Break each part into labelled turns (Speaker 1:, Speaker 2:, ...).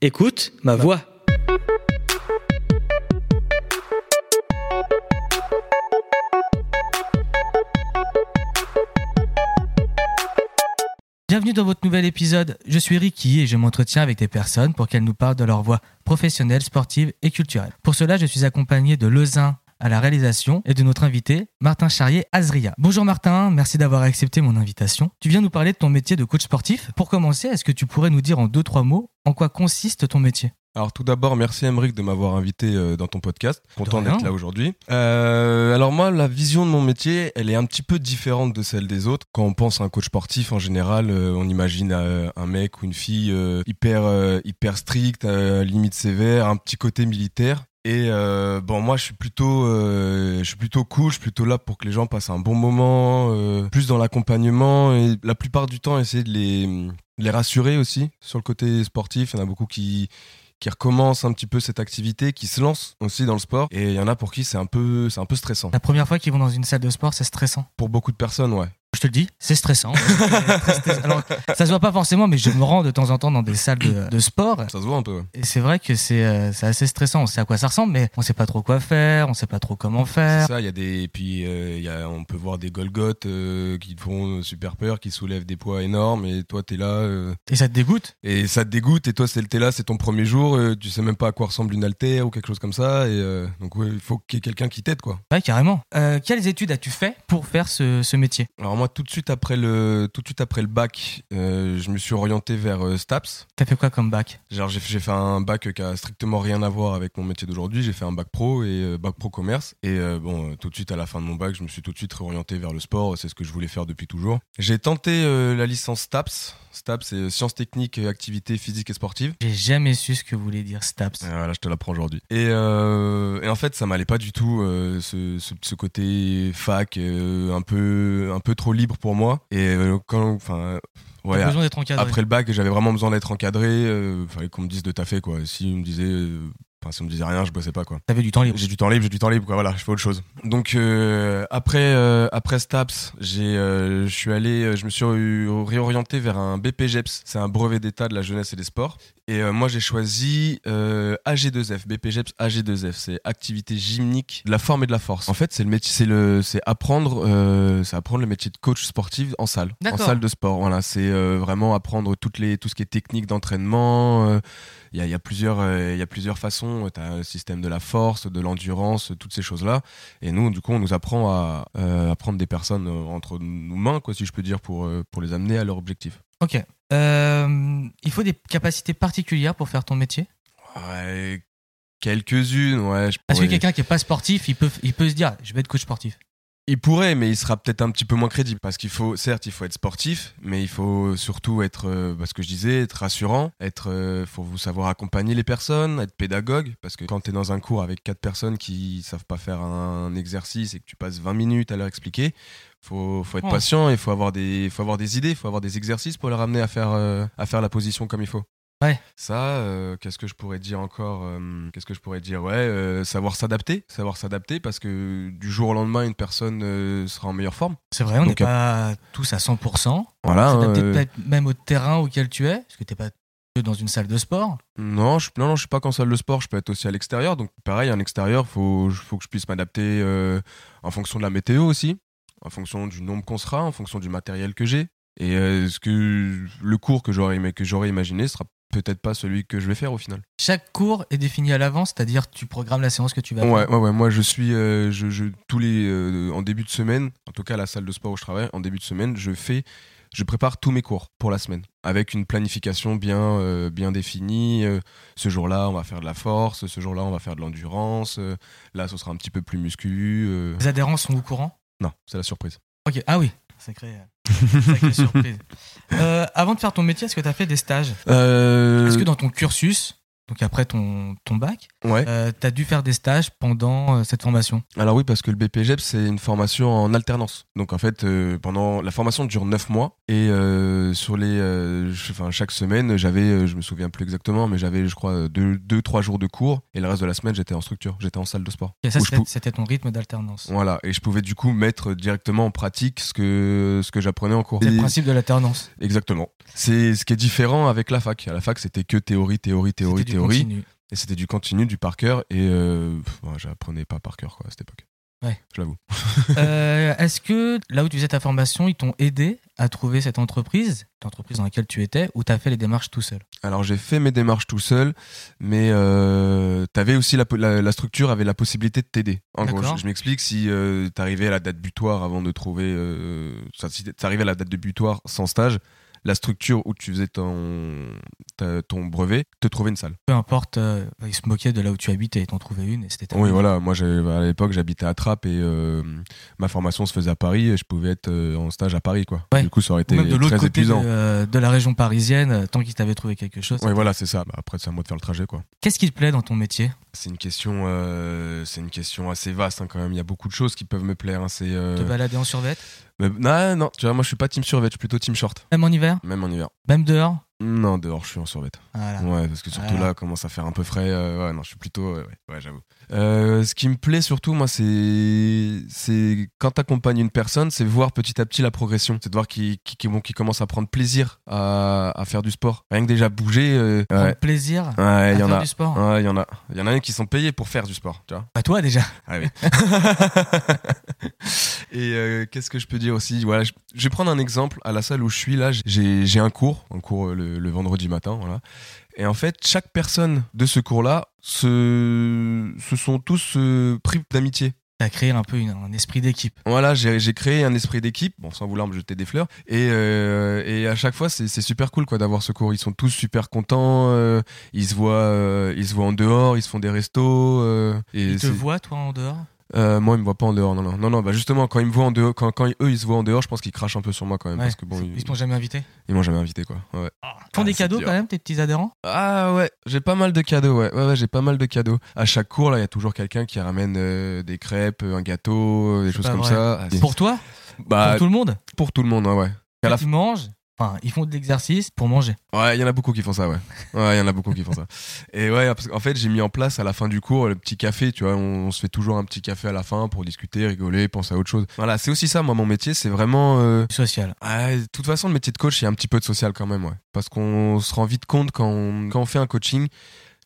Speaker 1: Écoute ma voix. Bienvenue dans votre nouvel épisode. Je suis Ricky et je m'entretiens avec des personnes pour qu'elles nous parlent de leur voie professionnelle, sportive et culturelle. Pour cela, je suis accompagné de Lezin à la réalisation et de notre invité, Martin Charrier Azria. Bonjour Martin, merci d'avoir accepté mon invitation. Tu viens nous parler de ton métier de coach sportif. Pour commencer, est-ce que tu pourrais nous dire en deux, trois mots en quoi consiste ton métier
Speaker 2: Alors tout d'abord, merci Emeric de m'avoir invité euh, dans ton podcast. Content
Speaker 1: rien.
Speaker 2: d'être là aujourd'hui. Euh, alors moi, la vision de mon métier, elle est un petit peu différente de celle des autres. Quand on pense à un coach sportif, en général, euh, on imagine euh, un mec ou une fille euh, hyper euh, hyper strict, euh, limite sévère, un petit côté militaire. Et euh, bon, moi, je suis plutôt, euh, je suis plutôt cool. Je suis plutôt là pour que les gens passent un bon moment, euh, plus dans l'accompagnement et la plupart du temps essayer de les, de les rassurer aussi sur le côté sportif. Il y en a beaucoup qui qui recommencent un petit peu cette activité, qui se lancent aussi dans le sport. Et il y en a pour qui c'est un peu, c'est un peu stressant.
Speaker 1: La première fois qu'ils vont dans une salle de sport, c'est stressant.
Speaker 2: Pour beaucoup de personnes, ouais.
Speaker 1: Je te le dis, c'est stressant. C'est très stressant. Alors, ça se voit pas forcément, mais je me rends de temps en temps dans des salles de, de sport.
Speaker 2: Ça se voit un peu. ouais.
Speaker 1: Et c'est vrai que c'est euh, c'est assez stressant. On sait à quoi ça ressemble, mais on sait pas trop quoi faire, on sait pas trop comment
Speaker 2: C'est
Speaker 1: faire.
Speaker 2: ça, il y a des. et puis, euh, il y a, on peut voir des Golgotes euh, qui te font super peur, qui soulèvent des poids énormes, et toi, t'es là. euh,
Speaker 1: Et ça te dégoûte
Speaker 2: et ça te dégoûte et toi c'est t'es là c'est ton premier jour euh, tu sais même pas à quoi ressemble une haltère ou quelque chose comme ça et euh, donc ouais, il faut qu'il y ait quelqu'un qui t'aide quoi
Speaker 1: Ouais, carrément. Euh, quelles études as-tu fait pour faire ce, ce métier
Speaker 2: alors moi tout de suite après le tout de suite après le bac euh, je me suis orienté vers euh, Staps
Speaker 1: T'as fait quoi comme bac
Speaker 2: genre j'ai, j'ai fait un bac qui a strictement rien à voir avec mon métier d'aujourd'hui j'ai fait un bac pro et euh, bac pro commerce et euh, bon euh, tout de suite à la fin de mon bac je me suis tout de suite réorienté vers le sport c'est ce que je voulais faire depuis toujours j'ai tenté euh, la licence Staps Staps c'est euh, sciences techniques et activités physiques et sportives
Speaker 1: J'ai jamais su ce que voulait dire STAPS.
Speaker 2: Ah, Voilà, je te l'apprends aujourd'hui. Et, euh, et en fait, ça m'allait pas du tout, euh, ce, ce- ce côté fac, euh, un, peu, un peu trop libre pour moi. Et euh, quand. Enfin, ouais,
Speaker 1: T'as besoin d'être encadré.
Speaker 2: après le bac, j'avais vraiment besoin d'être encadré. euh, fallait qu'on me dise de taffer, quoi. Si on me disait. euh, Enfin, si on me disait rien, je bossais pas, quoi.
Speaker 1: T'avais du temps libre.
Speaker 2: J'ai du temps libre, j'ai du temps libre, quoi. Voilà, je fais autre chose. Donc euh, après, euh, après Staps, j'ai, euh, je suis allé, euh, je me suis réorienté vers un BPGEPS. E C'est un brevet d'état de la jeunesse et des sports. Et euh, moi, j'ai choisi euh, AG2F, BPGEPS AG2F. C'est activité gymnique de la forme et de la force. En fait, c'est le métier, c'est le, c'est apprendre, euh, c'est apprendre le métier de coach sportif en salle, en
Speaker 1: D'accord.
Speaker 2: salle de sport. Voilà, c'est euh, vraiment apprendre toutes les, tout ce qui est technique d'entraînement. euh, il y a, il y a plusieurs, euh, il y a plusieurs façons. Tu as le système de la force, de l'endurance, toutes ces choses-là. Et nous, du coup, on nous apprend à, euh, à prendre des personnes euh, entre nos mains, quoi, si je peux dire, pour, euh, pour les amener à leur objectif.
Speaker 1: Ok. Euh, il faut des capacités particulières pour faire ton métier.
Speaker 2: Ouais, quelques-unes, ouais. Je
Speaker 1: Parce
Speaker 2: pourrais-
Speaker 1: que quelqu'un qui est pas sportif, il peut, il peut se dire, je vais être coach sportif.
Speaker 2: Il pourrait, mais il sera peut-être un petit peu moins crédible. Parce qu'il faut, certes, il faut être sportif, mais il faut surtout être, euh, bah, ce que je disais, être rassurant, être, euh, faut vous savoir accompagner les personnes, être pédagogue. Parce que quand tu es dans un cours avec quatre personnes qui savent pas faire un exercice et que tu passes 20 minutes à leur expliquer, faut, faut être
Speaker 1: Ouais.
Speaker 2: patient et faut avoir des, faut avoir des idées, faut avoir des exercices pour leur amener à faire, euh, à faire la position comme il faut.
Speaker 1: Ouais.
Speaker 2: Ça, euh, qu'est-ce que je pourrais dire encore euh, Qu'est-ce que je pourrais dire Ouais, euh, savoir s'adapter, savoir s'adapter parce que du jour au lendemain, une personne euh, sera en meilleure forme.
Speaker 1: C'est vrai, on n'est
Speaker 2: Donc, euh,
Speaker 1: pas tous à 100%.
Speaker 2: Voilà.
Speaker 1: C'est adapté
Speaker 2: hein, euh,
Speaker 1: peut-être même au terrain auquel tu es, parce que t'es pas que dans une salle de sport.
Speaker 2: non, je, non, non, je suis pas qu'en salle de sport, je peux être aussi à l'extérieur. Donc pareil, en extérieur, faut, faut que je puisse m'adapter euh, en fonction de la météo aussi, en fonction du nombre qu'on sera, en fonction du matériel que j'ai. Et euh, ce que le cours que j'aurais aimé- que j'aurais imaginé sera peut-être pas celui que je vais faire au final.
Speaker 1: Chaque cours est défini à l'avance, c'est-à-dire tu programmes la séance que tu vas faire.
Speaker 2: Ouais, ouais, ouais, moi je suis, euh, je, je- tous les, euh, en début de semaine, en tout cas à la salle de sport où je travaille, en début de semaine, je fais, je prépare tous mes cours pour la semaine, avec une planification bien, euh, bien définie. euh, ce jour-là, on va faire de la force. Ce jour-là, on va faire de l'endurance. euh, là, ce sera un petit peu plus muscu. euh.
Speaker 1: Les adhérents sont au courant
Speaker 2: Non, c'est la surprise.
Speaker 1: Ok, ah oui. Sacré, sacrée
Speaker 2: Euh, Mm.
Speaker 1: surprise. Euh, avant de faire ton métier, est-ce que tu as fait des stages Est-ce que dans ton cursus, donc après ton, ton bac,
Speaker 2: Ouais.
Speaker 1: euh, tu as dû faire des stages pendant euh, cette formation.
Speaker 2: Alors oui, parce que le BPGEP, E c'est une formation en alternance. Donc en fait, euh, pendant la formation dure 9 mois et euh, sur les, euh, ch- enfin chaque semaine, j'avais, euh, je me souviens plus exactement, mais j'avais, je crois, 2-3 deux, deux, trois jours de cours et le reste de la semaine, j'étais en structure, j'étais en salle de sport.
Speaker 1: Et ça,
Speaker 2: Où je
Speaker 1: c'était
Speaker 2: pou-
Speaker 1: c'était ton rythme d'alternance.
Speaker 2: Voilà, et je pouvais du coup mettre directement en pratique ce que ce que j'apprenais en cours.
Speaker 1: C'est le
Speaker 2: Et-
Speaker 1: principe de l'alternance.
Speaker 2: Exactement. C'est ce qui est différent avec la fac. À la fac, c'était que théorie, théorie, théorie,
Speaker 1: C'était du
Speaker 2: théorie.
Speaker 1: continu.
Speaker 2: Et c'était du continu, du par cœur. Et euh, pff, ouais, j'apprenais pas par cœur quoi, à cette époque.
Speaker 1: Ouais.
Speaker 2: Je l'avoue.
Speaker 1: Euh, Est-ce que là où tu faisais ta formation, ils t'ont aidé à trouver cette entreprise, l'entreprise dans laquelle tu étais, ou tu as fait les démarches tout seul
Speaker 2: Alors j'ai fait mes démarches tout seul, mais euh, t'avais aussi la, po- la, la structure avait la possibilité de t'aider. En gros,
Speaker 1: D'accord.
Speaker 2: je, je m'explique si euh, t'arrivais à la date butoir avant de trouver, euh, ça- si t'arrivais à la date de butoir sans stage, la structure où tu faisais ton ta- ton brevet te trouvait une salle.
Speaker 1: Peu importe, euh, ils se moquaient de là où tu habitais, ils t'ont trouvé une et c'était
Speaker 2: Oui,
Speaker 1: terminé.
Speaker 2: voilà. Moi, j'ai- à l'époque, j'habitais à Trappes et euh, ma formation se faisait à Paris et je pouvais être euh, en stage à Paris, quoi.
Speaker 1: Ouais.
Speaker 2: Du coup, ça aurait été
Speaker 1: Ou même de l'autre
Speaker 2: très
Speaker 1: côté de,
Speaker 2: épuisant.
Speaker 1: euh, de la région parisienne, euh, tant qu'ils t'avaient trouvé quelque chose.
Speaker 2: Oui, voilà, c'est ça. Bah, après, c'est à moi de faire le trajet, quoi.
Speaker 1: Qu'est-ce qui te plaît dans ton métier
Speaker 2: C'est une question, euh, c'est une question assez vaste hein, quand même. Il y a beaucoup de choses qui peuvent me plaire. hein, c'est euh,
Speaker 1: Te balader en survêt
Speaker 2: mais- bah, non, non. Tu vois, moi, je suis pas team survêt, je suis plutôt team short,
Speaker 1: Même en hiver
Speaker 2: même en hiver.
Speaker 1: Même dehors
Speaker 2: Non, dehors, je suis en survêt.
Speaker 1: Voilà.
Speaker 2: Ouais, parce que surtout
Speaker 1: Ah.
Speaker 2: là, commence à faire un peu frais. euh, ouais, non, je suis plutôt, euh, ouais, ouais, j'avoue. Euh, ce qui me plaît surtout, moi, c'est, c'est quand t'accompagnes une personne, c'est voir petit à petit la progression. C'est de voir qui, qui, qui- bon, qui commence à prendre plaisir à, à faire du sport. Rien que déjà bouger. euh,
Speaker 1: Prendre
Speaker 2: ouais,
Speaker 1: plaisir
Speaker 2: ouais,
Speaker 1: à
Speaker 2: il y en
Speaker 1: faire
Speaker 2: a.
Speaker 1: du sport.
Speaker 2: Ouais, il y en a. Il y en a même qui sont payés pour faire du sport, tu vois.
Speaker 1: Bah, toi déjà.
Speaker 2: Ah oui. Et euh, qu'est-ce que je peux dire aussi voilà, je, je vais prendre un exemple. À la salle où je suis là, j'ai j'ai un cours, un cours euh, le, le vendredi matin. Voilà. Et en fait, chaque personne de ce cours-là se, se sont tous euh, pris d'amitié.
Speaker 1: T'as créé un peu une- un esprit d'équipe.
Speaker 2: Voilà, j'ai j'ai créé un esprit d'équipe, bon, sans vouloir me jeter des fleurs. Et, euh, et à chaque fois, c'est c'est super cool quoi d'avoir ce cours. Ils sont tous super contents. euh, ils se voient, euh, ils se voient en dehors. Ils se font des restos. euh, et
Speaker 1: Ils te
Speaker 2: c'est-
Speaker 1: voient, toi, en dehors
Speaker 2: euh, moi, ils me voient pas en dehors, non, non, non, non. Bah justement, quand ils me voient en dehors, quand, quand ils- eux ils se voient en dehors, je pense qu'ils crachent un peu sur moi quand même,
Speaker 1: Ouais.
Speaker 2: Euh, parce que bon, ils,
Speaker 1: Ils t'ont jamais invité
Speaker 2: ils m'ont jamais invité, quoi. Ouais.
Speaker 1: Font
Speaker 2: Ah,
Speaker 1: des
Speaker 2: c'est
Speaker 1: cadeaux
Speaker 2: dur.
Speaker 1: quand même, tes petits adhérents
Speaker 2: Ah ouais, j'ai pas mal de cadeaux, ouais, ouais, ouais, j'ai pas mal de cadeaux. À chaque cours, là, il y a toujours quelqu'un qui ramène euh, des crêpes, un gâteau, euh, des choses
Speaker 1: pas
Speaker 2: comme
Speaker 1: vrai.
Speaker 2: ça. Ah, c'est-
Speaker 1: Pour toi
Speaker 2: bah,
Speaker 1: Pour tout le monde
Speaker 2: pour tout le monde, hein, ouais, ouais. À la
Speaker 1: Quand Ils mangent, enfin, ils font de l'exercice pour manger.
Speaker 2: Ouais, il y en a beaucoup qui font ça, ouais. Ouais, il y en a beaucoup qui font ça. Et ouais, parce qu'en fait, j'ai mis en place à la fin du cours le petit café, tu vois. On, on se fait toujours un petit café à la fin pour discuter, rigoler, penser à autre chose. Voilà, c'est aussi ça, moi, mon métier, c'est vraiment. euh,
Speaker 1: Social.
Speaker 2: Ah, de toute façon, le métier de coach, il y a un petit peu de social quand même, ouais. Parce qu'on se rend vite compte quand on, quand on fait un coaching,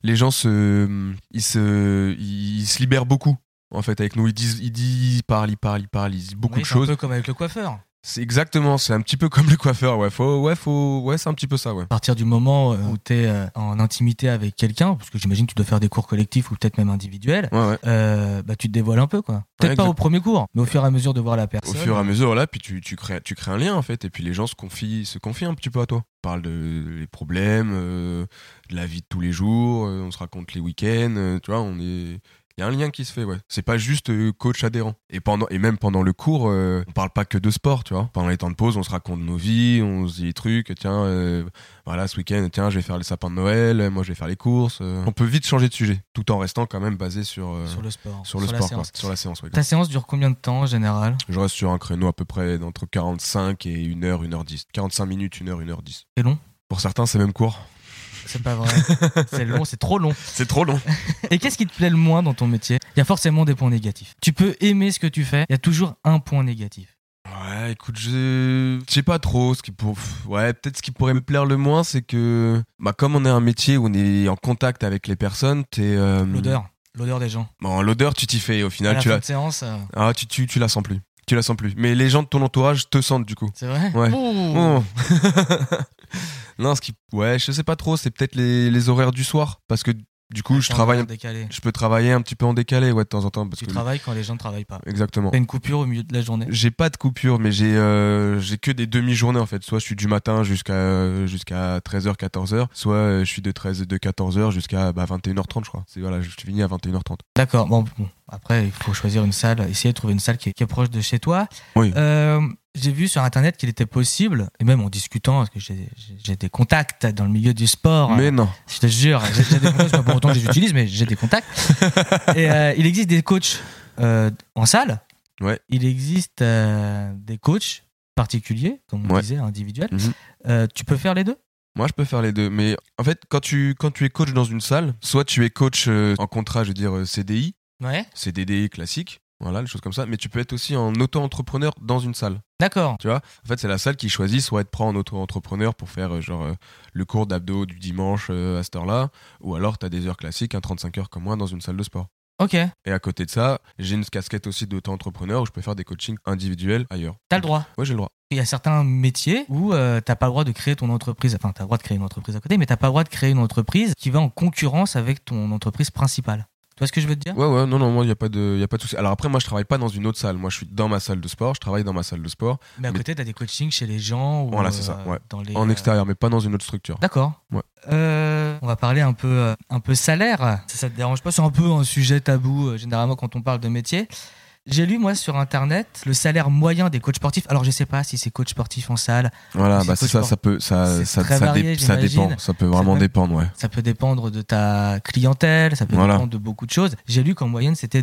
Speaker 2: les gens se, mm, ils se, ils se libèrent beaucoup. En fait, avec nous, ils disent, ils, disent, ils parlent, ils parlent, ils parlent, ils disent beaucoup
Speaker 1: Oui,
Speaker 2: de
Speaker 1: c'est
Speaker 2: choses.
Speaker 1: Un peu comme avec le coiffeur. À
Speaker 2: C'est exactement, c'est un petit peu comme le coiffeur, ouais. Faut, ouais, faut, ouais, c'est un petit peu ça, ouais.
Speaker 1: partir du moment euh, où tu es en intimité avec quelqu'un, parce que j'imagine que tu dois faire des cours collectifs ou peut-être même individuels,
Speaker 2: Ouais, ouais.
Speaker 1: euh, bah, tu te dévoiles un peu, quoi. Peut-être
Speaker 2: Ouais,
Speaker 1: pas
Speaker 2: exact.
Speaker 1: au premier cours, mais au fur et à mesure de voir la
Speaker 2: Au
Speaker 1: personne.
Speaker 2: fur et à mesure, là, puis tu, tu crées, tu crées un lien, en fait, et puis les gens se confient, se confient un petit peu à toi. On parle de les problèmes, euh, de la vie de tous les jours, euh, on se raconte les week-ends, euh, tu vois, on est. Il y a un lien qui se fait, ouais. C'est pas juste euh, coach adhérent. Et, pendant, et même pendant le cours, euh, on parle pas que de sport, tu vois. Pendant les temps de pause, on se raconte nos vies, on se dit des trucs, tiens, euh, voilà, ce week-end, tiens, je vais faire les sapins de Noël, euh, moi je vais faire les courses. euh. On peut vite changer de sujet, tout en restant quand même basé sur, euh,
Speaker 1: Sur
Speaker 2: sur,
Speaker 1: le sport.
Speaker 2: le
Speaker 1: sur la
Speaker 2: sport, quoi.
Speaker 1: séance.
Speaker 2: Sur la séance, ouais.
Speaker 1: Ta séance dure combien de temps en général
Speaker 2: Je reste sur un créneau à peu près entre 45 et 1h, 1h10. 45 minutes, 1h, 1h10.
Speaker 1: C'est long
Speaker 2: Pour certains, c'est même court.
Speaker 1: C'est pas vrai. c'est long, c'est trop long.
Speaker 2: C'est trop long.
Speaker 1: Et qu'est-ce qui te plaît le moins dans ton métier Il y a forcément des points négatifs. Tu peux aimer ce que tu fais, il y a toujours un point négatif.
Speaker 2: Ouais, écoute, je je sais pas trop ce qui pour... pff, ouais, peut-être ce qui pourrait me plaire le moins, c'est que bah comme on est un métier où on est en contact avec les personnes, t'es euh,
Speaker 1: L'odeur. L'odeur des gens.
Speaker 2: Bon, l'odeur, tu t'y fais au
Speaker 1: À
Speaker 2: final,
Speaker 1: la
Speaker 2: Ah, tu
Speaker 1: fin
Speaker 2: la
Speaker 1: de séance, euh,
Speaker 2: Ah, tu, tu tu la sens plus. Tu la sens plus. Mais les gens de ton entourage te sentent du coup.
Speaker 1: c'est vrai
Speaker 2: Ouais.
Speaker 1: Ouh.
Speaker 2: Oh. non, ce qui ouais, je sais pas trop, c'est peut-être les, les horaires du soir parce que du coup, je
Speaker 1: Attends,
Speaker 2: travaille
Speaker 1: on va décaler.
Speaker 2: je peux travailler un petit peu en décalé ouais de temps en temps parce
Speaker 1: Tu
Speaker 2: que
Speaker 1: travailles quand les gens ne travaillent pas.
Speaker 2: exactement
Speaker 1: T'as une coupure au milieu de la journée.
Speaker 2: j'ai pas de coupure mais j'ai euh, j'ai que des demi-journées en fait soit je suis du matin jusqu'à jusqu'à 13h 14h soit euh, je suis de 13 de 14h jusqu'à bah, 21h30 je crois c'est voilà je finis à 21h30
Speaker 1: D'accord, bon, bon, Après, il faut choisir une salle, essayer de trouver une salle qui est, qui est proche de chez toi.
Speaker 2: Oui.
Speaker 1: Euh, j'ai vu sur Internet qu'il était possible, et même en discutant, parce que j'ai j'ai- j'ai des contacts dans le milieu du sport.
Speaker 2: Mais non.
Speaker 1: Je te jure, j'ai j'ai des contacts, c'est pas pour autant que je les utilise, mais j'ai des contacts. Et euh, il existe des coachs euh, en salle.
Speaker 2: Ouais.
Speaker 1: Il existe euh, des coachs particuliers, comme on
Speaker 2: Ouais.
Speaker 1: disait, individuels.
Speaker 2: Mhm.
Speaker 1: Euh, tu peux faire les deux
Speaker 2: Moi, je peux faire les deux. Mais en fait, quand tu, quand tu es coach dans une salle, soit tu es coach euh, en contrat, je veux dire euh, CDI,
Speaker 1: Ouais.
Speaker 2: CDD classique, voilà, les choses comme ça. Mais tu peux être aussi en auto-entrepreneur dans une salle.
Speaker 1: D'accord.
Speaker 2: Tu vois, en fait, c'est la salle qui choisit soit être prend en auto-entrepreneur pour faire euh, genre euh, le cours d'abdos du dimanche euh, à cette heure-là, ou alors tu as des heures classiques, un 35 heures comme moi, dans une salle de sport.
Speaker 1: Ok.
Speaker 2: Et à côté de ça, j'ai une casquette aussi d'auto-entrepreneur où je peux faire des coachings individuels ailleurs.
Speaker 1: T'as le droit.
Speaker 2: Ouais, j'ai le droit.
Speaker 1: Il y a certains métiers où euh, t'as pas le droit de créer ton entreprise. Enfin, t'as le droit de créer une entreprise à côté, mais t'as pas le droit de créer une entreprise qui va en concurrence avec ton entreprise principale. Tu vois ce que je veux te dire
Speaker 2: Ouais, ouais, non, non, moi, il n'y a pas de, y a pas de souci. Alors après, moi, je travaille pas dans une autre salle. Moi, je suis dans ma salle de sport, je travaille dans ma salle de sport,
Speaker 1: Mais à
Speaker 2: mais-
Speaker 1: côté, t'as des coachings chez les gens ou
Speaker 2: Voilà, c'est ça, ouais.
Speaker 1: dans les
Speaker 2: en
Speaker 1: euh, bah,
Speaker 2: extérieur, mais pas dans une autre structure.
Speaker 1: D'accord.
Speaker 2: Ouais.
Speaker 1: Euh, on va parler un peu, euh, un peu salaire. Ça, ça te dérange pas C'est un peu un sujet tabou, euh, généralement, quand on parle de métier. J'ai lu, moi, sur Internet, le salaire moyen des coachs sportifs. Alors, je sais pas si c'est coach sportif en salle.
Speaker 2: Voilà,
Speaker 1: C'est
Speaker 2: bah, c'est
Speaker 1: coach
Speaker 2: ça,
Speaker 1: sport.
Speaker 2: ça peut, ça,
Speaker 1: C'est
Speaker 2: ça,
Speaker 1: très
Speaker 2: ça dé-
Speaker 1: varié,
Speaker 2: ça
Speaker 1: j'imagine.
Speaker 2: dépend. Ça peut vraiment
Speaker 1: même-
Speaker 2: dépendre, ouais.
Speaker 1: Ça peut dépendre de ta clientèle, ça peut
Speaker 2: Voilà.
Speaker 1: dépendre de beaucoup de choses. J'ai lu qu'en moyenne, c'était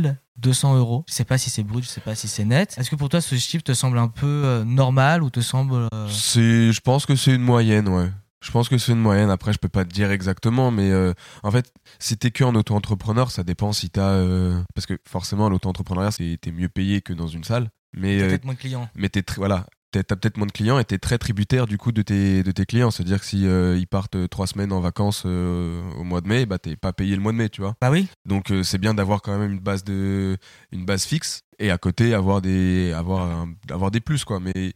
Speaker 1: 2200 euros. Je sais pas si c'est brut, je sais pas si c'est net. Est-ce que pour toi, ce chiffre te semble un peu euh, normal ou te semble. euh,
Speaker 2: C'est, je pense que c'est une moyenne, ouais. Je pense que c'est une moyenne. Après, je peux pas te dire exactement, mais euh, en fait, si t'es que en auto-entrepreneur, ça dépend si t'as, euh, parce que forcément, l'auto-entrepreneuriat, c'est t'es mieux payé que dans une salle, mais euh,
Speaker 1: peut-être moins de clients
Speaker 2: mais t'es tr- voilà, t'es- t'as peut-être moins de clients et t'es très tributaire du coup de tes de tes clients. C'est-à-dire que si euh, ils partent euh, trois semaines en vacances euh, au mois de mai, bah t'es pas payé le mois de mai, tu vois.
Speaker 1: Bah oui.
Speaker 2: Donc euh, c'est bien d'avoir quand même une base de une base fixe et à côté avoir des avoir un- avoir des plus quoi mais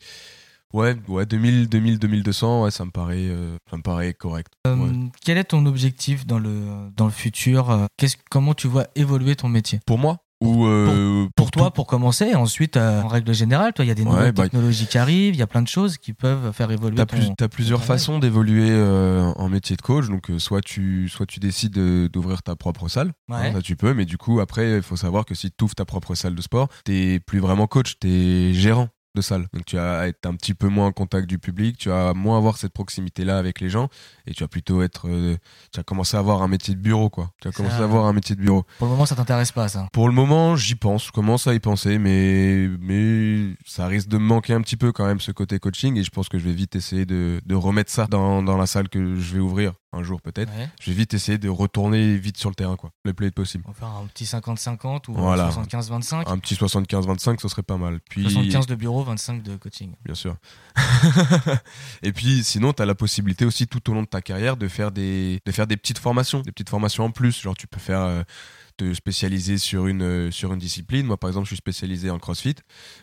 Speaker 2: ouais ouais 2000 2000 2200 ouais ça me paraît euh, ça me paraît correct.
Speaker 1: Euh,
Speaker 2: Ouais.
Speaker 1: Quel est ton objectif dans le, dans le futur Euh, qu'est-ce- Comment tu vois évoluer ton métier
Speaker 2: Pour moi ou euh,
Speaker 1: pour toi,
Speaker 2: tout-
Speaker 1: pour commencer, et ensuite, euh, en règle générale, toi, il y a des
Speaker 2: Ouais,
Speaker 1: nouvelles
Speaker 2: bah,
Speaker 1: technologies qui arrivent, il y a plein de choses qui peuvent faire évoluer
Speaker 2: T'as,
Speaker 1: ton...
Speaker 2: plus- t'as plusieurs
Speaker 1: travail.
Speaker 2: façons d'évoluer euh, en métier de coach. Donc, euh, soit tu, soit tu décides euh, d'ouvrir ta propre salle.
Speaker 1: Ouais.
Speaker 2: Hein, ça, tu peux. Mais du coup, après, il faut savoir que si tu ouvres ta propre salle de sport, t'es plus vraiment coach, t'es gérant de salle. Donc, tu vas être un petit peu moins en contact du public, tu vas moins avoir cette proximité-là avec les gens et tu vas plutôt être. euh, tu vas commencer à avoir un métier de bureau, quoi. Tu vas commencer
Speaker 1: Ça-
Speaker 2: à avoir un métier de bureau.
Speaker 1: Pour le moment, ça t'intéresse pas, ça.
Speaker 2: Pour le moment, j'y pense, je commence à y penser, mais, mais ça risque de me manquer un petit peu quand même ce côté coaching et je pense que je vais vite essayer de, de remettre ça dans, dans la salle que je vais ouvrir un jour peut-être.
Speaker 1: Ouais.
Speaker 2: Je vais vite essayer de retourner vite sur le terrain, quoi, le plus vite possible.
Speaker 1: On va faire un petit 50-50 ou
Speaker 2: Voilà.
Speaker 1: un 75-25.
Speaker 2: Un petit 75-25, ce serait pas mal. Puis,
Speaker 1: 75 de bureau, 25 de coaching.
Speaker 2: bien sûr. et puis sinon, tu as la possibilité aussi tout au long de ta carrière de faire des, de faire des petites formations, des petites formations en plus. Genre tu peux faire euh, te spécialiser sur une, euh, sur une discipline. Moi par exemple, je suis spécialisé en CrossFit,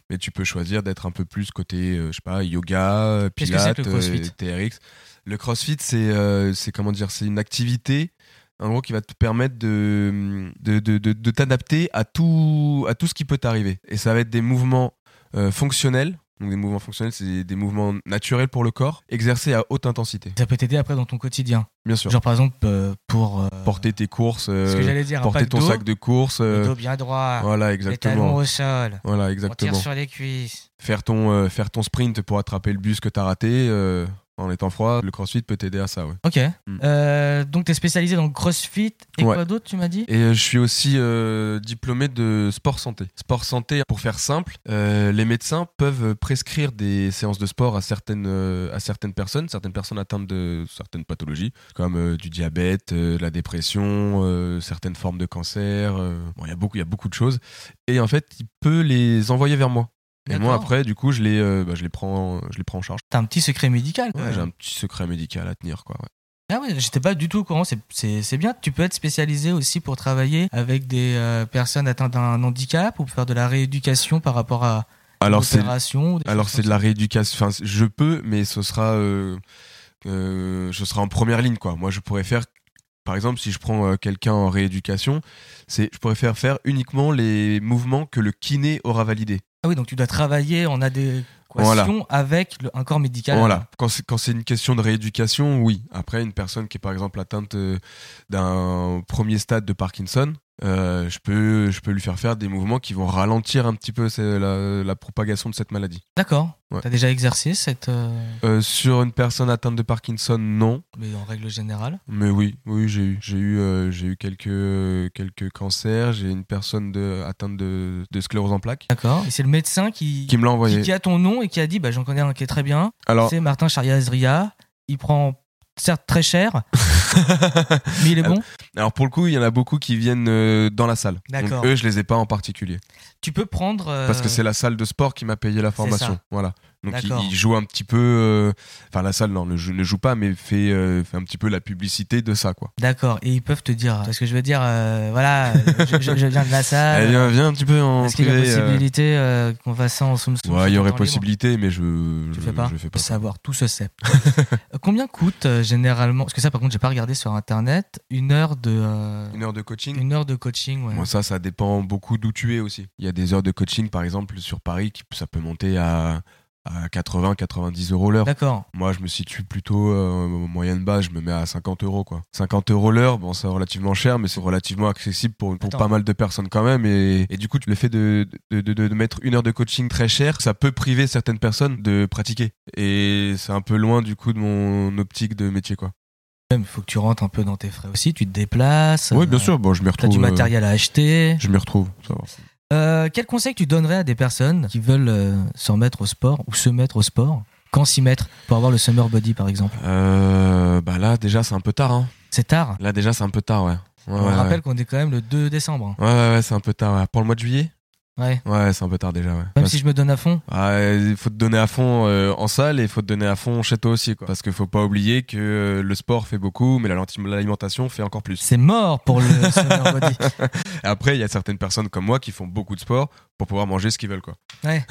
Speaker 2: mais tu peux choisir d'être un peu plus côté, euh, je sais pas, yoga,
Speaker 1: Qu'est-ce que c'est
Speaker 2: pilates,
Speaker 1: que le CrossFit
Speaker 2: euh, TRX. Le CrossFit, c'est euh, c'est comment dire, c'est une activité. En gros, qui va te permettre de, de, de, de- de t'adapter à tout, à tout ce qui peut t'arriver. Et ça va être des mouvements euh, fonctionnels. Donc des mouvements fonctionnels, c'est des mouvements naturels pour le corps, exercés à haute intensité.
Speaker 1: Ça peut t'aider après dans ton quotidien.
Speaker 2: Bien sûr.
Speaker 1: Genre, par exemple, euh, pour... euh,
Speaker 2: porter tes courses,
Speaker 1: ce que
Speaker 2: euh,
Speaker 1: j'allais dire, un
Speaker 2: porter
Speaker 1: pack
Speaker 2: ton
Speaker 1: d'eau,
Speaker 2: sac de courses.
Speaker 1: le
Speaker 2: euh,
Speaker 1: dos bien droit,
Speaker 2: voilà,
Speaker 1: les talons
Speaker 2: exactement.
Speaker 1: au sol,
Speaker 2: Voilà,
Speaker 1: on
Speaker 2: exactement.
Speaker 1: tire sur les cuisses.
Speaker 2: Faire ton, euh, faire ton sprint pour attraper le bus que t'as raté euh, en étant froid, le crossfit peut t'aider à ça, ouais.
Speaker 1: Ok.
Speaker 2: Mm.
Speaker 1: Euh, donc, t'es spécialisé dans le crossfit et
Speaker 2: Ouais.
Speaker 1: quoi d'autre, tu m'as dit
Speaker 2: Et euh, je suis aussi euh, diplômé de sport santé. Sport santé, pour faire simple, euh, les médecins peuvent prescrire des séances de sport à certaines, euh, à certaines personnes, certaines personnes atteintes de certaines pathologies, comme euh, du diabète, euh, de la dépression, euh, certaines formes de cancer. euh, bon, il y a beaucoup, il y a beaucoup de choses. Et en fait, il peut les envoyer vers moi. Et moi
Speaker 1: D'accord.
Speaker 2: après, du coup, je les, euh, bah, je les prends, je les prends en charge.
Speaker 1: T'as un petit secret médical. quand
Speaker 2: Ouais,
Speaker 1: même.
Speaker 2: J'ai un petit secret médical à tenir, quoi. ouais.
Speaker 1: Ah ouais, j'étais pas du tout au courant, c'est- c'est c'est bien. Tu peux être spécialisé aussi pour travailler avec des euh, personnes atteintes d'un handicap ou pour faire de la rééducation par rapport à
Speaker 2: Alors c'est,
Speaker 1: l'opération. ou des
Speaker 2: Alors
Speaker 1: choses
Speaker 2: c'est de
Speaker 1: comme
Speaker 2: la rééducation. Enfin, je peux, mais ce sera, euh, euh, ce sera en première ligne, quoi. Moi, je pourrais faire, par exemple, si je prends euh, quelqu'un en rééducation, c'est, je pourrais faire faire uniquement les mouvements que le kiné aura validés.
Speaker 1: ça. Ah oui, donc tu dois travailler en adéquation
Speaker 2: Voilà.
Speaker 1: avec le- un corps médical.
Speaker 2: Voilà. Quand c'est, quand c'est une question de rééducation, oui. Après, une personne qui est par exemple atteinte euh, d'un premier stade de Parkinson, euh, je, peux, je peux lui faire faire des mouvements qui vont ralentir un petit peu c'est la, la propagation de cette maladie.
Speaker 1: D'accord.
Speaker 2: Ouais.
Speaker 1: T'as déjà exercé cette. euh,
Speaker 2: Euh, sur une personne atteinte de Parkinson, non.
Speaker 1: Mais en règle générale.
Speaker 2: Mais oui, oui, j'ai eu, j'ai eu, euh, j'ai eu quelques, euh, quelques cancers. J'ai une personne de, atteinte de, de sclérose en plaques
Speaker 1: D'accord. Et c'est le médecin qui,
Speaker 2: qui me l'a
Speaker 1: qui,
Speaker 2: envoyé.
Speaker 1: qui a ton nom et qui a dit bah, J'en connais un qui est très bien.
Speaker 2: Alors,
Speaker 1: C'est Martin Charia-Azria. Il prend certes très cher, mais
Speaker 2: Ah
Speaker 1: il est bon.
Speaker 2: alors pour le coup, il y en a beaucoup qui viennent euh, dans la salle.
Speaker 1: D'accord. Euh,
Speaker 2: Donc eux, je les ai pas en particulier
Speaker 1: Tu peux prendre. euh,
Speaker 2: parce que c'est la salle de sport qui m'a payé la formation.
Speaker 1: ça.
Speaker 2: Voilà. Donc ils,
Speaker 1: D'accord.
Speaker 2: ils jouent un petit peu. euh, Enfin, la salle non, ne joue, ne joue pas, mais fait, euh, fait un petit peu la publicité de ça, quoi.
Speaker 1: D'accord. Et ils peuvent te dire. Parce que je veux dire, euh, voilà, je, je- je viens de la salle.
Speaker 2: Eh, viens, viens un petit peu en
Speaker 1: Euh, Est-ce qu'il y a
Speaker 2: privé. euh.
Speaker 1: possibilité euh, qu'on fasse ça en soum soum
Speaker 2: Ouais, il y
Speaker 1: sur
Speaker 2: aurait
Speaker 1: ton temps libre
Speaker 2: possibilité, mais je
Speaker 1: Tu
Speaker 2: je,
Speaker 1: fais pas
Speaker 2: je fais pas.
Speaker 1: Savoir, tout se sait. Euh, Combien coûte euh, généralement Parce que ça, par contre, j'ai pas regardé sur internet. Une heure de euh,
Speaker 2: Une heure de coaching.
Speaker 1: une heure de coaching. Ouais.
Speaker 2: Moi, ça, ça dépend beaucoup d'où tu es aussi. Il y a des heures de coaching, par exemple, sur Paris, qui, ça peut monter à, à 80, 90 euros l'heure.
Speaker 1: D'accord.
Speaker 2: Moi, je me situe plutôt euh, moyenne bas, je me mets à 50 euros, quoi. 50 euros l'heure, bon, c'est relativement cher, mais c'est relativement accessible pour, pour
Speaker 1: Attends.
Speaker 2: pas mal de personnes quand même. Et, et du coup, le fait de, de, de- de- de mettre une heure de coaching très cher, ça peut priver certaines personnes de pratiquer. Et c'est un peu loin, du coup, de mon optique de métier, quoi.
Speaker 1: Même, faut que tu rentres un peu dans tes frais aussi. Tu te déplaces.
Speaker 2: Oui,
Speaker 1: euh,
Speaker 2: bien sûr, bon, je m'y
Speaker 1: T'as
Speaker 2: retrouve.
Speaker 1: du
Speaker 2: euh,
Speaker 1: matériel à acheter.
Speaker 2: je m'y retrouve, ça va.
Speaker 1: Euh, quel conseil tu donnerais à des personnes qui veulent euh, s'en mettre au sport ou se mettre au sport Quand s'y mettre pour avoir le summer body, par exemple
Speaker 2: Euh, bah là, déjà, c'est un peu tard, hein.
Speaker 1: C'est tard.
Speaker 2: Là déjà c'est un peu tard ouais. Ouais,
Speaker 1: On
Speaker 2: ouais,
Speaker 1: rappelle qu'on est quand même le 2 décembre. hein.
Speaker 2: ouais. Ouais, ouais, ouais, c'est un peu tard. ouais. Pour le mois de juillet
Speaker 1: Ouais.
Speaker 2: Ouais, c'est un peu tard déjà. Ouais.
Speaker 1: Même
Speaker 2: Parce-
Speaker 1: si je me donne à fond.
Speaker 2: Ah, il faut te donner à fond euh, en salle et il faut te donner à fond chez toi aussi. Quoi. Parce qu'il faut pas oublier que euh, le sport fait beaucoup, mais la lenti- l'alimentation fait encore plus.
Speaker 1: C'est mort pour le summer body.
Speaker 2: Après, il y a certaines personnes comme moi qui font beaucoup de sport pour pouvoir manger ce qu'ils veulent. Quoi.
Speaker 1: Ouais.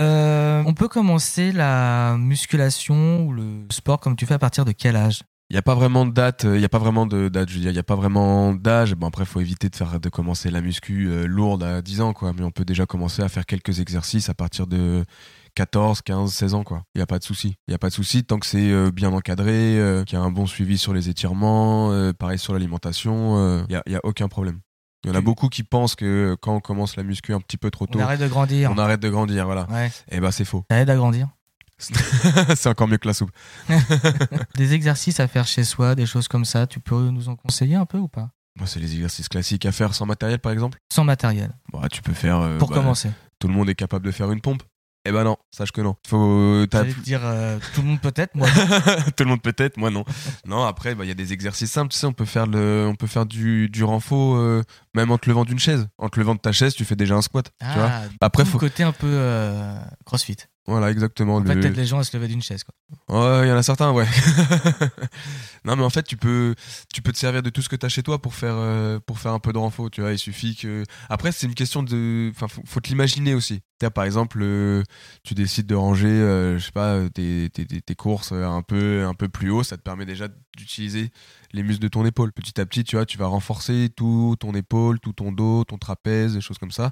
Speaker 1: Euh, on peut commencer la musculation ou le sport comme tu fais à partir de quel âge
Speaker 2: Il n'y a pas vraiment de date, euh, il n'y a pas vraiment de date, je veux dire, il n'y a pas vraiment d'âge. Bon, après, faut éviter de faire, de commencer la muscu euh, lourde à 10 ans, quoi. Mais on peut déjà commencer à faire quelques exercices à partir de 14, 15, 16 ans, quoi. Il n'y a pas de souci. Il n'y a pas de souci tant que c'est euh, bien encadré, euh, qu'il y a un bon suivi sur les étirements, euh, pareil sur l'alimentation, euh, il n'y a, il y a aucun problème. Il y en a
Speaker 1: Tu-
Speaker 2: beaucoup qui pensent que euh, quand on commence la muscu un petit peu trop
Speaker 1: On
Speaker 2: tôt,
Speaker 1: arrête de grandir.
Speaker 2: on arrête de grandir, voilà.
Speaker 1: Ouais,
Speaker 2: Et bah, c'est faux.
Speaker 1: ça aide à grandir.
Speaker 2: c'est encore mieux que la soupe.
Speaker 1: Des exercices à faire chez soi, des choses comme ça, tu peux nous en conseiller un peu ou pas
Speaker 2: Moi, c'est les exercices classiques à faire sans matériel, par exemple.
Speaker 1: Sans matériel,
Speaker 2: Bah, tu peux faire. euh,
Speaker 1: pour
Speaker 2: bah,
Speaker 1: commencer.
Speaker 2: tout le monde est capable de faire une pompe Eh ben non, sache que non. Faut, t'as-
Speaker 1: J'allais te dire euh, tout le monde peut-être, moi.
Speaker 2: tout le monde peut-être, moi non. Non, après, bah, il y a des exercices simples, tu sais, on peut faire, le, on peut faire du, du renfort, euh, même en te levant d'une chaise. En te levant de ta chaise, tu fais déjà un squat. Tu vois
Speaker 1: Ah,
Speaker 2: après,
Speaker 1: tout le
Speaker 2: faut...
Speaker 1: côté un peu euh, crossfit.
Speaker 2: Voilà, exactement.
Speaker 1: En fait,
Speaker 2: le-
Speaker 1: t'aides les gens à se lever d'une chaise. Quoi.
Speaker 2: Ouais, il y en a certains, ouais. non, mais en fait, tu peux, tu peux te servir de tout ce que t'as chez toi pour faire, euh, pour faire un peu de renfort, tu vois. Il suffit que. Après, c'est une question de. Enfin, faut, faut te l'imaginer aussi. Tu vois, par exemple, euh, tu décides de ranger, euh, je sais pas, euh, tes, tes, tes- tes courses euh, un peu, un peu plus haut, ça te permet déjà d'utiliser les muscles de ton épaule. Petit à petit, tu vois, tu vas renforcer tout ton épaule, tout ton dos, ton trapèze, des choses comme ça.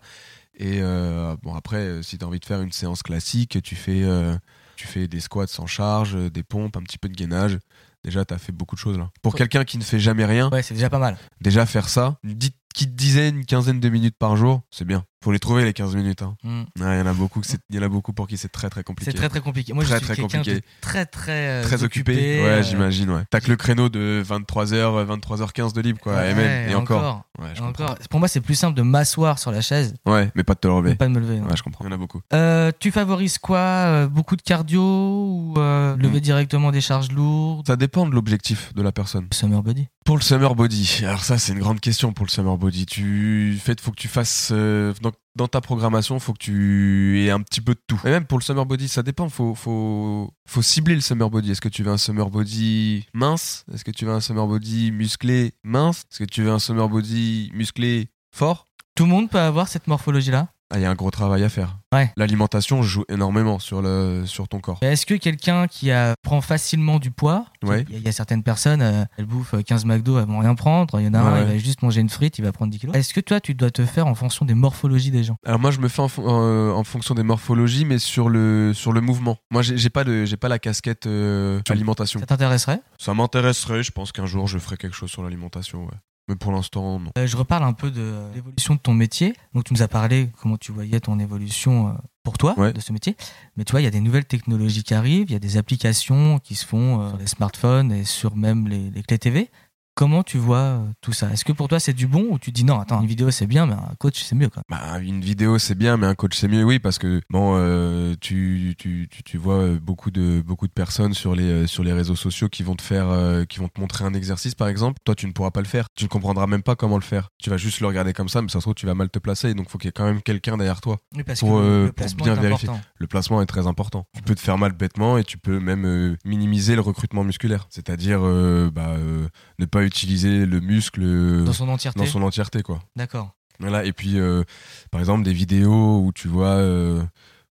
Speaker 2: Et euh, bon, après, euh, si t'as envie de faire une séance classique, tu fais. euh, tu fais des squats sans charge, euh, des pompes, un petit peu de gainage. Déjà, t'as fait beaucoup de choses là. Pour
Speaker 1: Ouais.
Speaker 2: quelqu'un qui ne fait jamais rien,
Speaker 1: Ouais, c'est déjà pas mal.
Speaker 2: déjà faire ça, une dite- petite dizaine, une quinzaine de minutes par jour, c'est bien. Faut les trouver les 15 minutes. hein.
Speaker 1: Mm.
Speaker 2: Ouais, Il y en a beaucoup, que c'est- il y en a beaucoup pour qui c'est très très compliqué.
Speaker 1: C'est très très compliqué. Moi,
Speaker 2: Très,
Speaker 1: je
Speaker 2: très
Speaker 1: suis quelqu'un de
Speaker 2: compliqué.
Speaker 1: très très euh,
Speaker 2: Très occupé. Ouais,
Speaker 1: euh,
Speaker 2: j'imagine. Ouais. T'as que le créneau de 23h, euh, 23h15 de libre quoi.
Speaker 1: ouais,
Speaker 2: et même, et encore.
Speaker 1: encore.
Speaker 2: Ouais, je
Speaker 1: Et
Speaker 2: comprends.
Speaker 1: encore. Pour moi, c'est plus simple de m'asseoir sur la chaise
Speaker 2: Ouais, mais pas de te le
Speaker 1: que de
Speaker 2: relever.
Speaker 1: pas de me lever. non.
Speaker 2: Ouais, je comprends. Il y en a beaucoup.
Speaker 1: Euh, tu favorises quoi euh, Beaucoup de cardio ou euh, lever
Speaker 2: Hmm.
Speaker 1: directement des charges lourdes
Speaker 2: Ça dépend de l'objectif de la personne.
Speaker 1: Summer body.
Speaker 2: Pour le summer body, alors ça c'est une grande question pour le summer body. Tu fait faut que tu fasses euh, dans, dans ta programmation, faut que tu aies un petit peu de tout. Et même pour le summer body, ça dépend. Faut faut faut cibler le summer body. Est-ce que tu veux un summer body mince Est-ce que tu veux un summer body musclé mince Est-ce que tu veux un summer body musclé fort
Speaker 1: Tout le monde peut avoir cette morphologie-là.
Speaker 2: Ah, il y a un gros travail à faire.
Speaker 1: Ouais.
Speaker 2: L'alimentation joue énormément sur le sur ton corps.
Speaker 1: Mais Euh, Est-ce que quelqu'un qui a- prend facilement du poids,
Speaker 2: Ouais.
Speaker 1: il y, a- il y a certaines personnes, euh, elles bouffent euh, 15 McDo, elles vont rien prendre. Il y en a
Speaker 2: Ouais,
Speaker 1: un, il
Speaker 2: ouais.
Speaker 1: va juste manger une frite, il va prendre 10 kilos. Est-ce que toi, tu dois te faire en fonction des morphologies des gens
Speaker 2: Alors moi je me fais en, fon- euh, en fonction des morphologies, mais sur le sur le mouvement. Moi j'ai j'ai pas de j'ai pas la casquette euh, alimentation.
Speaker 1: Ça t'intéresserait
Speaker 2: Ça m'intéresserait, je pense qu'un jour je ferai quelque chose sur l'alimentation. ouais. Mais pour l'instant, non.
Speaker 1: Euh, je reparle un peu de euh, l'évolution de ton métier. Donc, tu nous as parlé comment tu voyais ton évolution euh, pour toi
Speaker 2: Ouais.
Speaker 1: de ce métier. Mais tu vois, il y a des nouvelles technologies qui arrivent, il y a des applications qui se font euh, sur les smartphones et sur même les, les clés TV. Comment tu vois euh, tout ça Est-ce que pour toi c'est du bon ou tu dis non, attends, une vidéo c'est bien, mais un coach c'est mieux quand
Speaker 2: Bah, une vidéo c'est bien, mais un coach c'est mieux, oui, parce que bon, euh, tu, tu, tu, tu vois euh, beaucoup de, beaucoup de personnes sur les, euh, sur les réseaux sociaux qui vont te faire, euh, qui vont te montrer un exercice par exemple. Toi, tu ne pourras pas le faire, tu ne comprendras même pas comment le faire. Tu vas juste le regarder comme ça, mais ça se trouve tu vas mal te placer, donc faut qu'il y ait quand même quelqu'un derrière toi.
Speaker 1: même. parce
Speaker 2: Pour,
Speaker 1: que
Speaker 2: euh,
Speaker 1: le
Speaker 2: pour
Speaker 1: placement
Speaker 2: bien
Speaker 1: est
Speaker 2: vérifier.
Speaker 1: important.
Speaker 2: Le placement est très important. Tu peux te faire mal bêtement et tu peux même euh, minimiser le recrutement musculaire, c'est-à-dire euh, bah, euh, ne pas utiliser le muscle euh,
Speaker 1: Dans son entièreté.
Speaker 2: dans son entièreté, quoi.
Speaker 1: D'accord.
Speaker 2: Voilà, et puis, euh, par exemple, des vidéos où tu vois euh,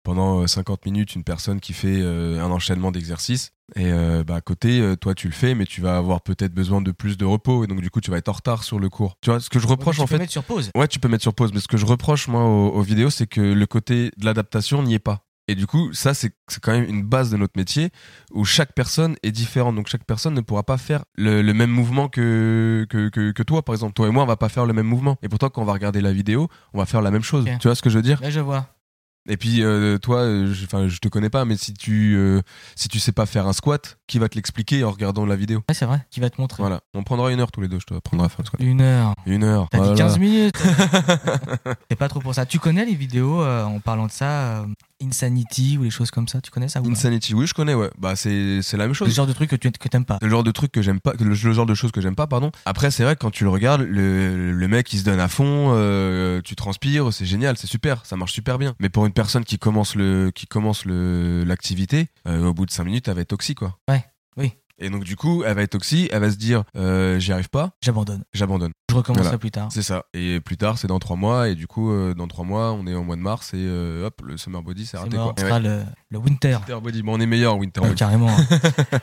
Speaker 2: pendant euh, 50 minutes une personne qui fait euh, un enchaînement d'exercices. Et euh, bah, à côté, euh, toi, tu le fais, mais tu vas avoir peut-être besoin de plus de repos. Et donc, du coup, tu vas être en retard sur le cours. Tu vois, ce que je reproche,
Speaker 1: Tu
Speaker 2: en
Speaker 1: peux
Speaker 2: fait.
Speaker 1: mettre sur pause.
Speaker 2: Ouais, tu peux mettre sur pause, mais ce que je reproche, moi, aux, aux vidéos, c'est que le côté de l'adaptation n'y est pas. Et du coup, ça, c'est c'est quand même une base de notre métier où chaque personne est différente. Donc, chaque personne ne pourra pas faire le, le même mouvement que, que, que, que toi, par exemple. Toi et moi, on va pas faire le même mouvement. Et pourtant, quand on va regarder la vidéo, on va faire la même chose.
Speaker 1: Ok.
Speaker 2: Tu vois ce que je veux dire
Speaker 1: Là je vois.
Speaker 2: Et puis, euh, toi, euh, je, enfin, je te connais pas, mais si tu, euh, si tu sais pas faire un squat, qui va te l'expliquer en regardant la vidéo
Speaker 1: Ouais, c'est vrai. Qui va te montrer
Speaker 2: Voilà. On prendra une heure tous les deux, je te prendrai à faire le squat.
Speaker 1: Une heure.
Speaker 2: Une heure.
Speaker 1: T'as
Speaker 2: voilà.
Speaker 1: dit 15 minutes. C'est pas trop pour ça. Tu connais les vidéos euh, en parlant de ça, euh, Insanity ou les choses comme ça Tu connais ça ou pas
Speaker 2: Insanity, oui, je connais, ouais. Bah, c'est c'est la même
Speaker 1: Le
Speaker 2: chose.
Speaker 1: genre de truc que tu que t'aimes pas.
Speaker 2: Le genre de truc que j'aime pas, que le, le genre de choses que j'aime pas, pardon. Après, c'est vrai que quand tu le regardes, le, le mec il se donne à fond, euh, tu transpires, c'est génial, c'est super, ça marche super bien. Mais pour une personne qui commence le, qui commence le l'activité, euh, au bout de 5 minutes, elle va être toxique, quoi.
Speaker 1: Ouais, oui.
Speaker 2: Et donc du coup, elle va être toxique, elle va se dire, euh, j'y arrive pas,
Speaker 1: J'abandonne.
Speaker 2: j'abandonne.
Speaker 1: Je recommencerai
Speaker 2: Voilà.
Speaker 1: plus tard.
Speaker 2: C'est ça. Et plus tard, c'est dans 3 mois, et du coup, euh, dans 3 mois, on est en mois de mars, et euh, hop, le summer body, c'est
Speaker 1: C'est
Speaker 2: raté,
Speaker 1: mort.
Speaker 2: quoi.
Speaker 1: Ce
Speaker 2: Ouais.
Speaker 1: sera le, le winter.
Speaker 2: Winter body, bon, on est meilleur en winter
Speaker 1: Ouais,
Speaker 2: body.
Speaker 1: carrément.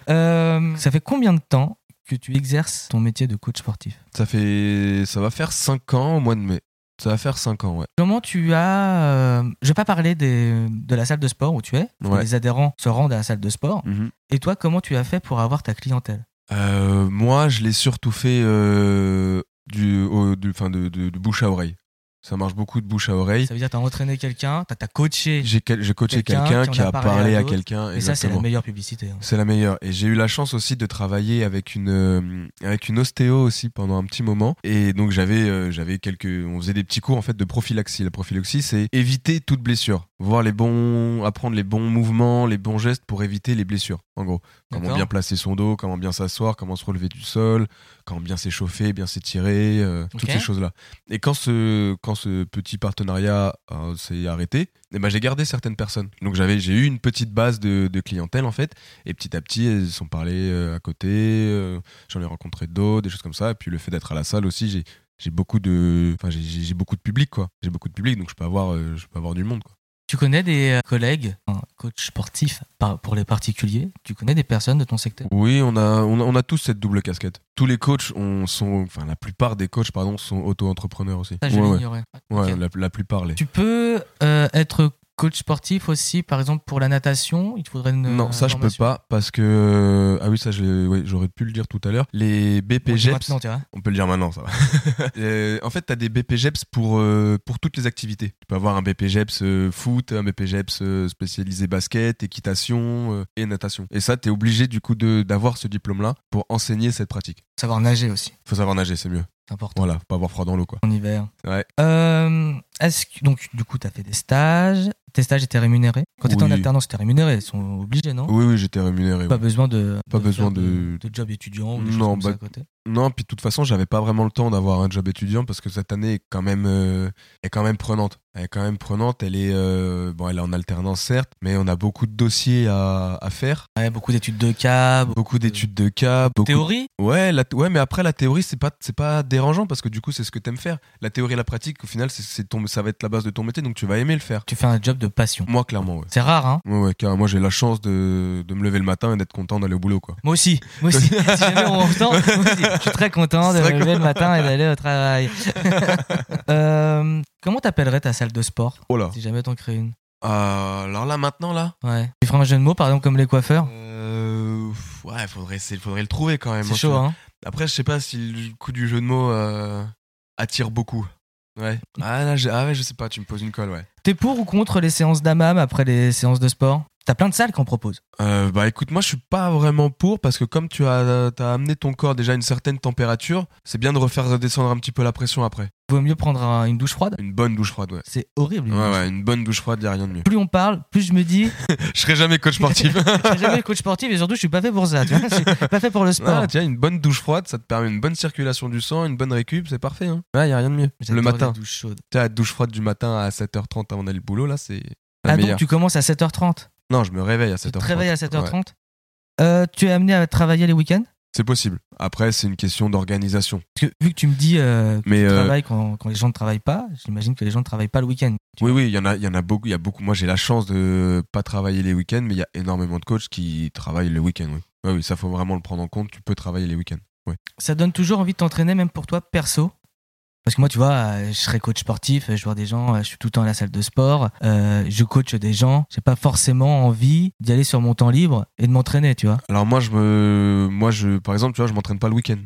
Speaker 1: Euh, ça fait combien de temps que tu exerces ton métier de coach sportif
Speaker 2: Ça fait. Ça va faire 5 ans au mois de mai. Ça va faire 5 ans, ouais.
Speaker 1: Comment tu as. euh, je vais pas parler des- de la salle de sport où tu es. parce que
Speaker 2: Ouais.
Speaker 1: Les adhérents se rendent à la salle de sport. Et toi, comment tu as fait pour avoir ta clientèle
Speaker 2: Euh, moi, je l'ai surtout fait euh, du, au- du- enfin, de, de- de bouche à oreille. Ça marche beaucoup de bouche à oreille.
Speaker 1: Ça veut dire tu as entraîné quelqu'un, tu as, coaché.
Speaker 2: J'ai quel- j'ai coaché
Speaker 1: Quelqu'un
Speaker 2: quelqu'un
Speaker 1: qui en
Speaker 2: qui
Speaker 1: a
Speaker 2: a
Speaker 1: parlé à
Speaker 2: parlé à
Speaker 1: d'autres.
Speaker 2: quelqu'un.
Speaker 1: Et ça, c'est la
Speaker 2: exactement.
Speaker 1: meilleure publicité. hein.
Speaker 2: C'est la meilleure. Et j'ai eu la chance aussi de travailler avec une euh, avec une ostéo aussi pendant un petit moment. Et donc j'avais euh, j'avais quelques on faisait des petits cours en fait de prophylaxie. La prophylaxie c'est éviter toute blessure, voir les bons apprendre les bons mouvements, les bons gestes pour éviter les blessures. En gros, comment
Speaker 1: D'accord.
Speaker 2: bien placer son dos, comment bien s'asseoir, comment se relever du sol, comment bien s'échauffer, bien s'étirer, euh, toutes
Speaker 1: Ok.
Speaker 2: ces choses là. Et quand ce quand ce petit partenariat euh, s'est arrêté, eh ben j'ai gardé certaines personnes. Donc j'avais j'ai eu une petite base de, de clientèle en fait. Et petit à petit, elles se sont parlé euh, à côté. euh, J'en ai rencontré d'autres, des choses comme ça. Et puis le fait d'être à la salle aussi, j'ai j'ai beaucoup de enfin j'ai- j'ai j'ai beaucoup de public quoi. J'ai beaucoup de public donc je peux avoir euh, je peux avoir du monde quoi.
Speaker 1: Tu connais des euh, collègues, un coach sportif par- pour les particuliers Tu connais des personnes de ton secteur
Speaker 2: Oui, on a, on a on a tous cette double casquette. Tous les coachs on sont enfin la plupart des coachs pardon sont auto-entrepreneurs aussi.
Speaker 1: Ça, je
Speaker 2: ouais, ouais.
Speaker 1: l'ignorais.
Speaker 2: Ouais,
Speaker 1: Ah, Ok.
Speaker 2: la, la plupart les.
Speaker 1: Tu peux euh, être coach sportif aussi, par exemple, pour la natation Il te faudrait une.
Speaker 2: Non,
Speaker 1: euh,
Speaker 2: ça je peux
Speaker 1: formation.
Speaker 2: pas parce que ah oui ça je- ouais, j'aurais pu le dire tout à l'heure. Les
Speaker 1: Bon, dis
Speaker 2: BPGEPS,
Speaker 1: maintenant, tu vois.
Speaker 2: E On peut le dire maintenant, ça va. Euh, en fait, tu as des BPGEPS pour, euh, pour toutes les activités. Tu peux avoir un BPGEPS euh, foot, un BPGEPS euh, spécialisé basket, équitation euh, et natation. Et ça, tu es obligé du coup de- d'avoir ce diplôme-là pour enseigner cette pratique.
Speaker 1: Savoir nager aussi,
Speaker 2: Faut savoir nager, c'est mieux.
Speaker 1: c'est important
Speaker 2: Voilà, faut pas avoir froid dans l'eau, quoi.
Speaker 1: en hiver.
Speaker 2: Ouais.
Speaker 1: Euh, est-ce que- donc, du coup, tu as fait des stages. Tes stages étaient rémunérés Quand tu étais en
Speaker 2: Oui.
Speaker 1: alternance, c'était rémunéré. Ils sont obligés, non
Speaker 2: Oui, oui, j'étais rémunéré.
Speaker 1: Pas
Speaker 2: ouais.
Speaker 1: besoin de.
Speaker 2: Pas
Speaker 1: de
Speaker 2: besoin
Speaker 1: faire
Speaker 2: de-
Speaker 1: de job étudiant ou des
Speaker 2: Non,
Speaker 1: choses comme ça
Speaker 2: bah,
Speaker 1: à côté.
Speaker 2: Non, puis de toute façon, j'avais pas vraiment le temps d'avoir un job étudiant parce que cette année est quand même, euh, est quand même prenante. Elle est quand même prenante. Elle est, euh, bon, elle est en alternance, certes, mais on a beaucoup de dossiers à, à faire.
Speaker 1: Ouais, beaucoup d'études de cas, beaucoup
Speaker 2: Beaucoup d'études de cas, beaucoup
Speaker 1: théorie.
Speaker 2: Ouais, la- ouais, mais après la théorie c'est pas c'est pas dérangeant parce que du coup c'est ce que t'aimes faire. La théorie et la pratique au final c'est- c'est ton ça va être la base de ton métier donc tu vas aimer le faire.
Speaker 1: Tu fais un job de passion.
Speaker 2: Moi clairement ouais.
Speaker 1: C'est rare, hein
Speaker 2: Ouais, ouais car moi j'ai la chance de, de me lever le matin et d'être content d'aller au boulot quoi.
Speaker 1: Moi aussi, moi aussi. si jamais on entend, moi aussi. je suis très content de
Speaker 2: C'est
Speaker 1: me
Speaker 2: vrai
Speaker 1: lever le matin et d'aller au travail. Euh, comment t'appellerais ta salle de sport
Speaker 2: Oh là.
Speaker 1: si jamais t'en crées une
Speaker 2: Euh, alors là maintenant là.
Speaker 1: Ouais. Tu ferais un jeu de mots, par exemple, comme les coiffeurs
Speaker 2: Euh, ouais faudrait c'est- faudrait le trouver quand même.
Speaker 1: C'est chaud, hein
Speaker 2: Après, je sais pas si le coup du jeu de mots euh, attire beaucoup. Ouais. Ah, là, j'ai- ah ouais, je sais pas, tu me poses une colle, ouais.
Speaker 1: T'es pour ou contre les séances d'AMAM après les séances de sport T'as plein de salles qu'on propose.
Speaker 2: Euh, bah écoute, moi je suis pas vraiment pour parce que comme tu as, t'as amené ton corps déjà à une certaine température, c'est bien de refaire redescendre un petit peu la pression après.
Speaker 1: Vaut mieux prendre un- une douche froide.
Speaker 2: Une bonne douche froide, ouais.
Speaker 1: C'est horrible. une
Speaker 2: Ouais,
Speaker 1: douche.
Speaker 2: ouais, une bonne douche froide, y a rien de mieux.
Speaker 1: Plus on parle, plus je me dis,
Speaker 2: Je serai jamais coach sportif.
Speaker 1: je serai jamais coach sportif et surtout je suis pas fait pour ça. Tu vois je suis pas fait pour le sport.
Speaker 2: Ah, tiens, une bonne douche froide, ça te permet une bonne circulation du sang, une bonne récup, c'est parfait. Hein. Ouais, y a rien de mieux.
Speaker 1: J'adore
Speaker 2: Le matin.
Speaker 1: les douches chaudes.
Speaker 2: Tu as la douche froide du matin à 7h30 avant d'aller au boulot, là, c'est la
Speaker 1: Ah donc
Speaker 2: meilleure.
Speaker 1: tu commences à 7h30.
Speaker 2: Non, je me réveille à
Speaker 1: Tu
Speaker 2: 7h30.
Speaker 1: te réveilles à 7h30.
Speaker 2: Ouais.
Speaker 1: Euh, tu es amené à travailler les week-ends
Speaker 2: C'est possible. Après, c'est une question d'organisation.
Speaker 1: Parce que vu que tu me dis euh, que
Speaker 2: Mais,
Speaker 1: tu
Speaker 2: euh,
Speaker 1: travailles quand, quand les gens ne travaillent pas, j'imagine que les gens ne travaillent pas le week-end.
Speaker 2: Oui, oui, il y en a, il y en a beaucoup. Il y a beaucoup. Moi, j'ai la chance de pas travailler les week-ends, mais il y a énormément de coachs qui travaillent le week-end. Oui, Ouais, oui, ça faut vraiment le prendre en compte. Tu peux travailler les week-ends.
Speaker 1: Ça donne toujours envie de t'entraîner, même pour toi perso. Parce que moi, tu vois, euh, je serais coach sportif, je vois des gens, euh, je suis tout le temps à la salle de sport, euh, je coach des gens, j'ai pas forcément envie d'y aller sur mon temps libre et de m'entraîner, tu vois.
Speaker 2: Alors moi, je me, moi, je, par exemple, tu vois, je m'entraîne pas le week-end.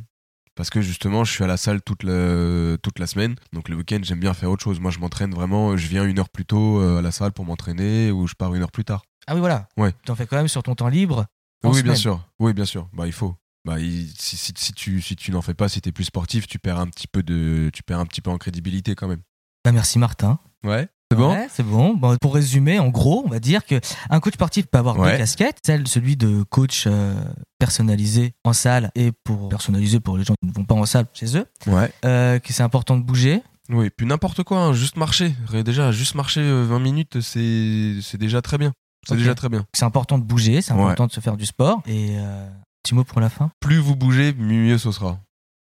Speaker 2: Parce que justement, je suis à la salle toute la, toute la semaine. Donc le week-end, j'aime bien faire autre chose. Moi, je m'entraîne vraiment. Je viens une heure plus tôt euh, à la salle pour m'entraîner ou je pars une heure plus tard.
Speaker 1: Ah oui, voilà.
Speaker 2: Ouais.
Speaker 1: Tu en fais quand même sur ton temps libre. en
Speaker 2: oui, bien
Speaker 1: semaine.
Speaker 2: sûr. Oui, bien sûr. Bah, il faut. Bah, il- si, si- si tu, si tu n'en fais pas, si t'es plus sportif, tu perds un petit peu de, tu perds un petit peu en crédibilité quand même.
Speaker 1: Bah, merci Martin.
Speaker 2: Ouais. C'est bon.
Speaker 1: Ouais, c'est bon. Bon, Pour résumer, en gros, on va dire que un coach sportif peut avoir
Speaker 2: Ouais.
Speaker 1: deux casquettes, celle celui de coach euh, personnalisé en salle et pour personnalisé pour les gens qui ne vont pas en salle chez eux,
Speaker 2: Ouais.
Speaker 1: euh, que c'est important de bouger.
Speaker 2: Oui, puis n'importe quoi, hein, juste marcher. Ré- Déjà, juste marcher euh, 20 minutes, c'est c'est déjà très bien. C'est
Speaker 1: Ok.
Speaker 2: déjà très bien.
Speaker 1: C'est important de bouger, c'est
Speaker 2: Ouais.
Speaker 1: important de se faire du sport. Et euh, petit mot pour la fin.
Speaker 2: Plus vous bougez, mieux ce sera.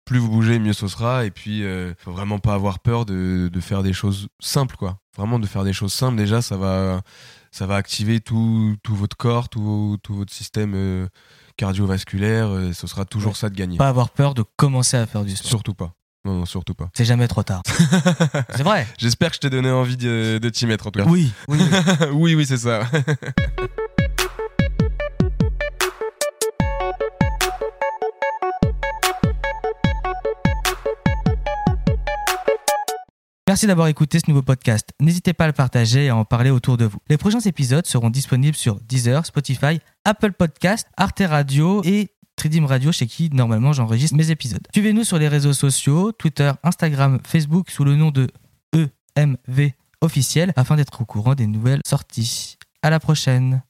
Speaker 2: Plus vous bougez, mieux ce sera. Et puis, euh, faut vraiment pas avoir peur de, de faire des choses simples, quoi. Vraiment de faire des choses simples. Déjà, ça va, ça va activer tout, tout votre corps, tout, tout votre système euh, cardiovasculaire. euh, ce sera toujours
Speaker 1: Ouais.
Speaker 2: ça de gagner.
Speaker 1: Pas avoir peur de commencer à faire du sport.
Speaker 2: Surtout pas. Non, non, surtout pas.
Speaker 1: C'est jamais trop tard. c'est vrai.
Speaker 2: J'espère que je t'ai donné envie de, de t'y mettre, en tout cas.
Speaker 1: Oui. oui, oui.
Speaker 2: oui, oui, c'est ça.
Speaker 1: Merci d'avoir écouté ce nouveau podcast. N'hésitez pas à le partager et à en parler autour de vous. Les prochains épisodes seront disponibles sur Deezer, Spotify, Apple Podcast, Arte Radio et Tridim Radio chez qui normalement j'enregistre mes épisodes. Suivez-nous sur les réseaux sociaux, Twitter, Instagram, Facebook sous le nom de E EMV officiel afin d'être au courant des nouvelles sorties. À la prochaine.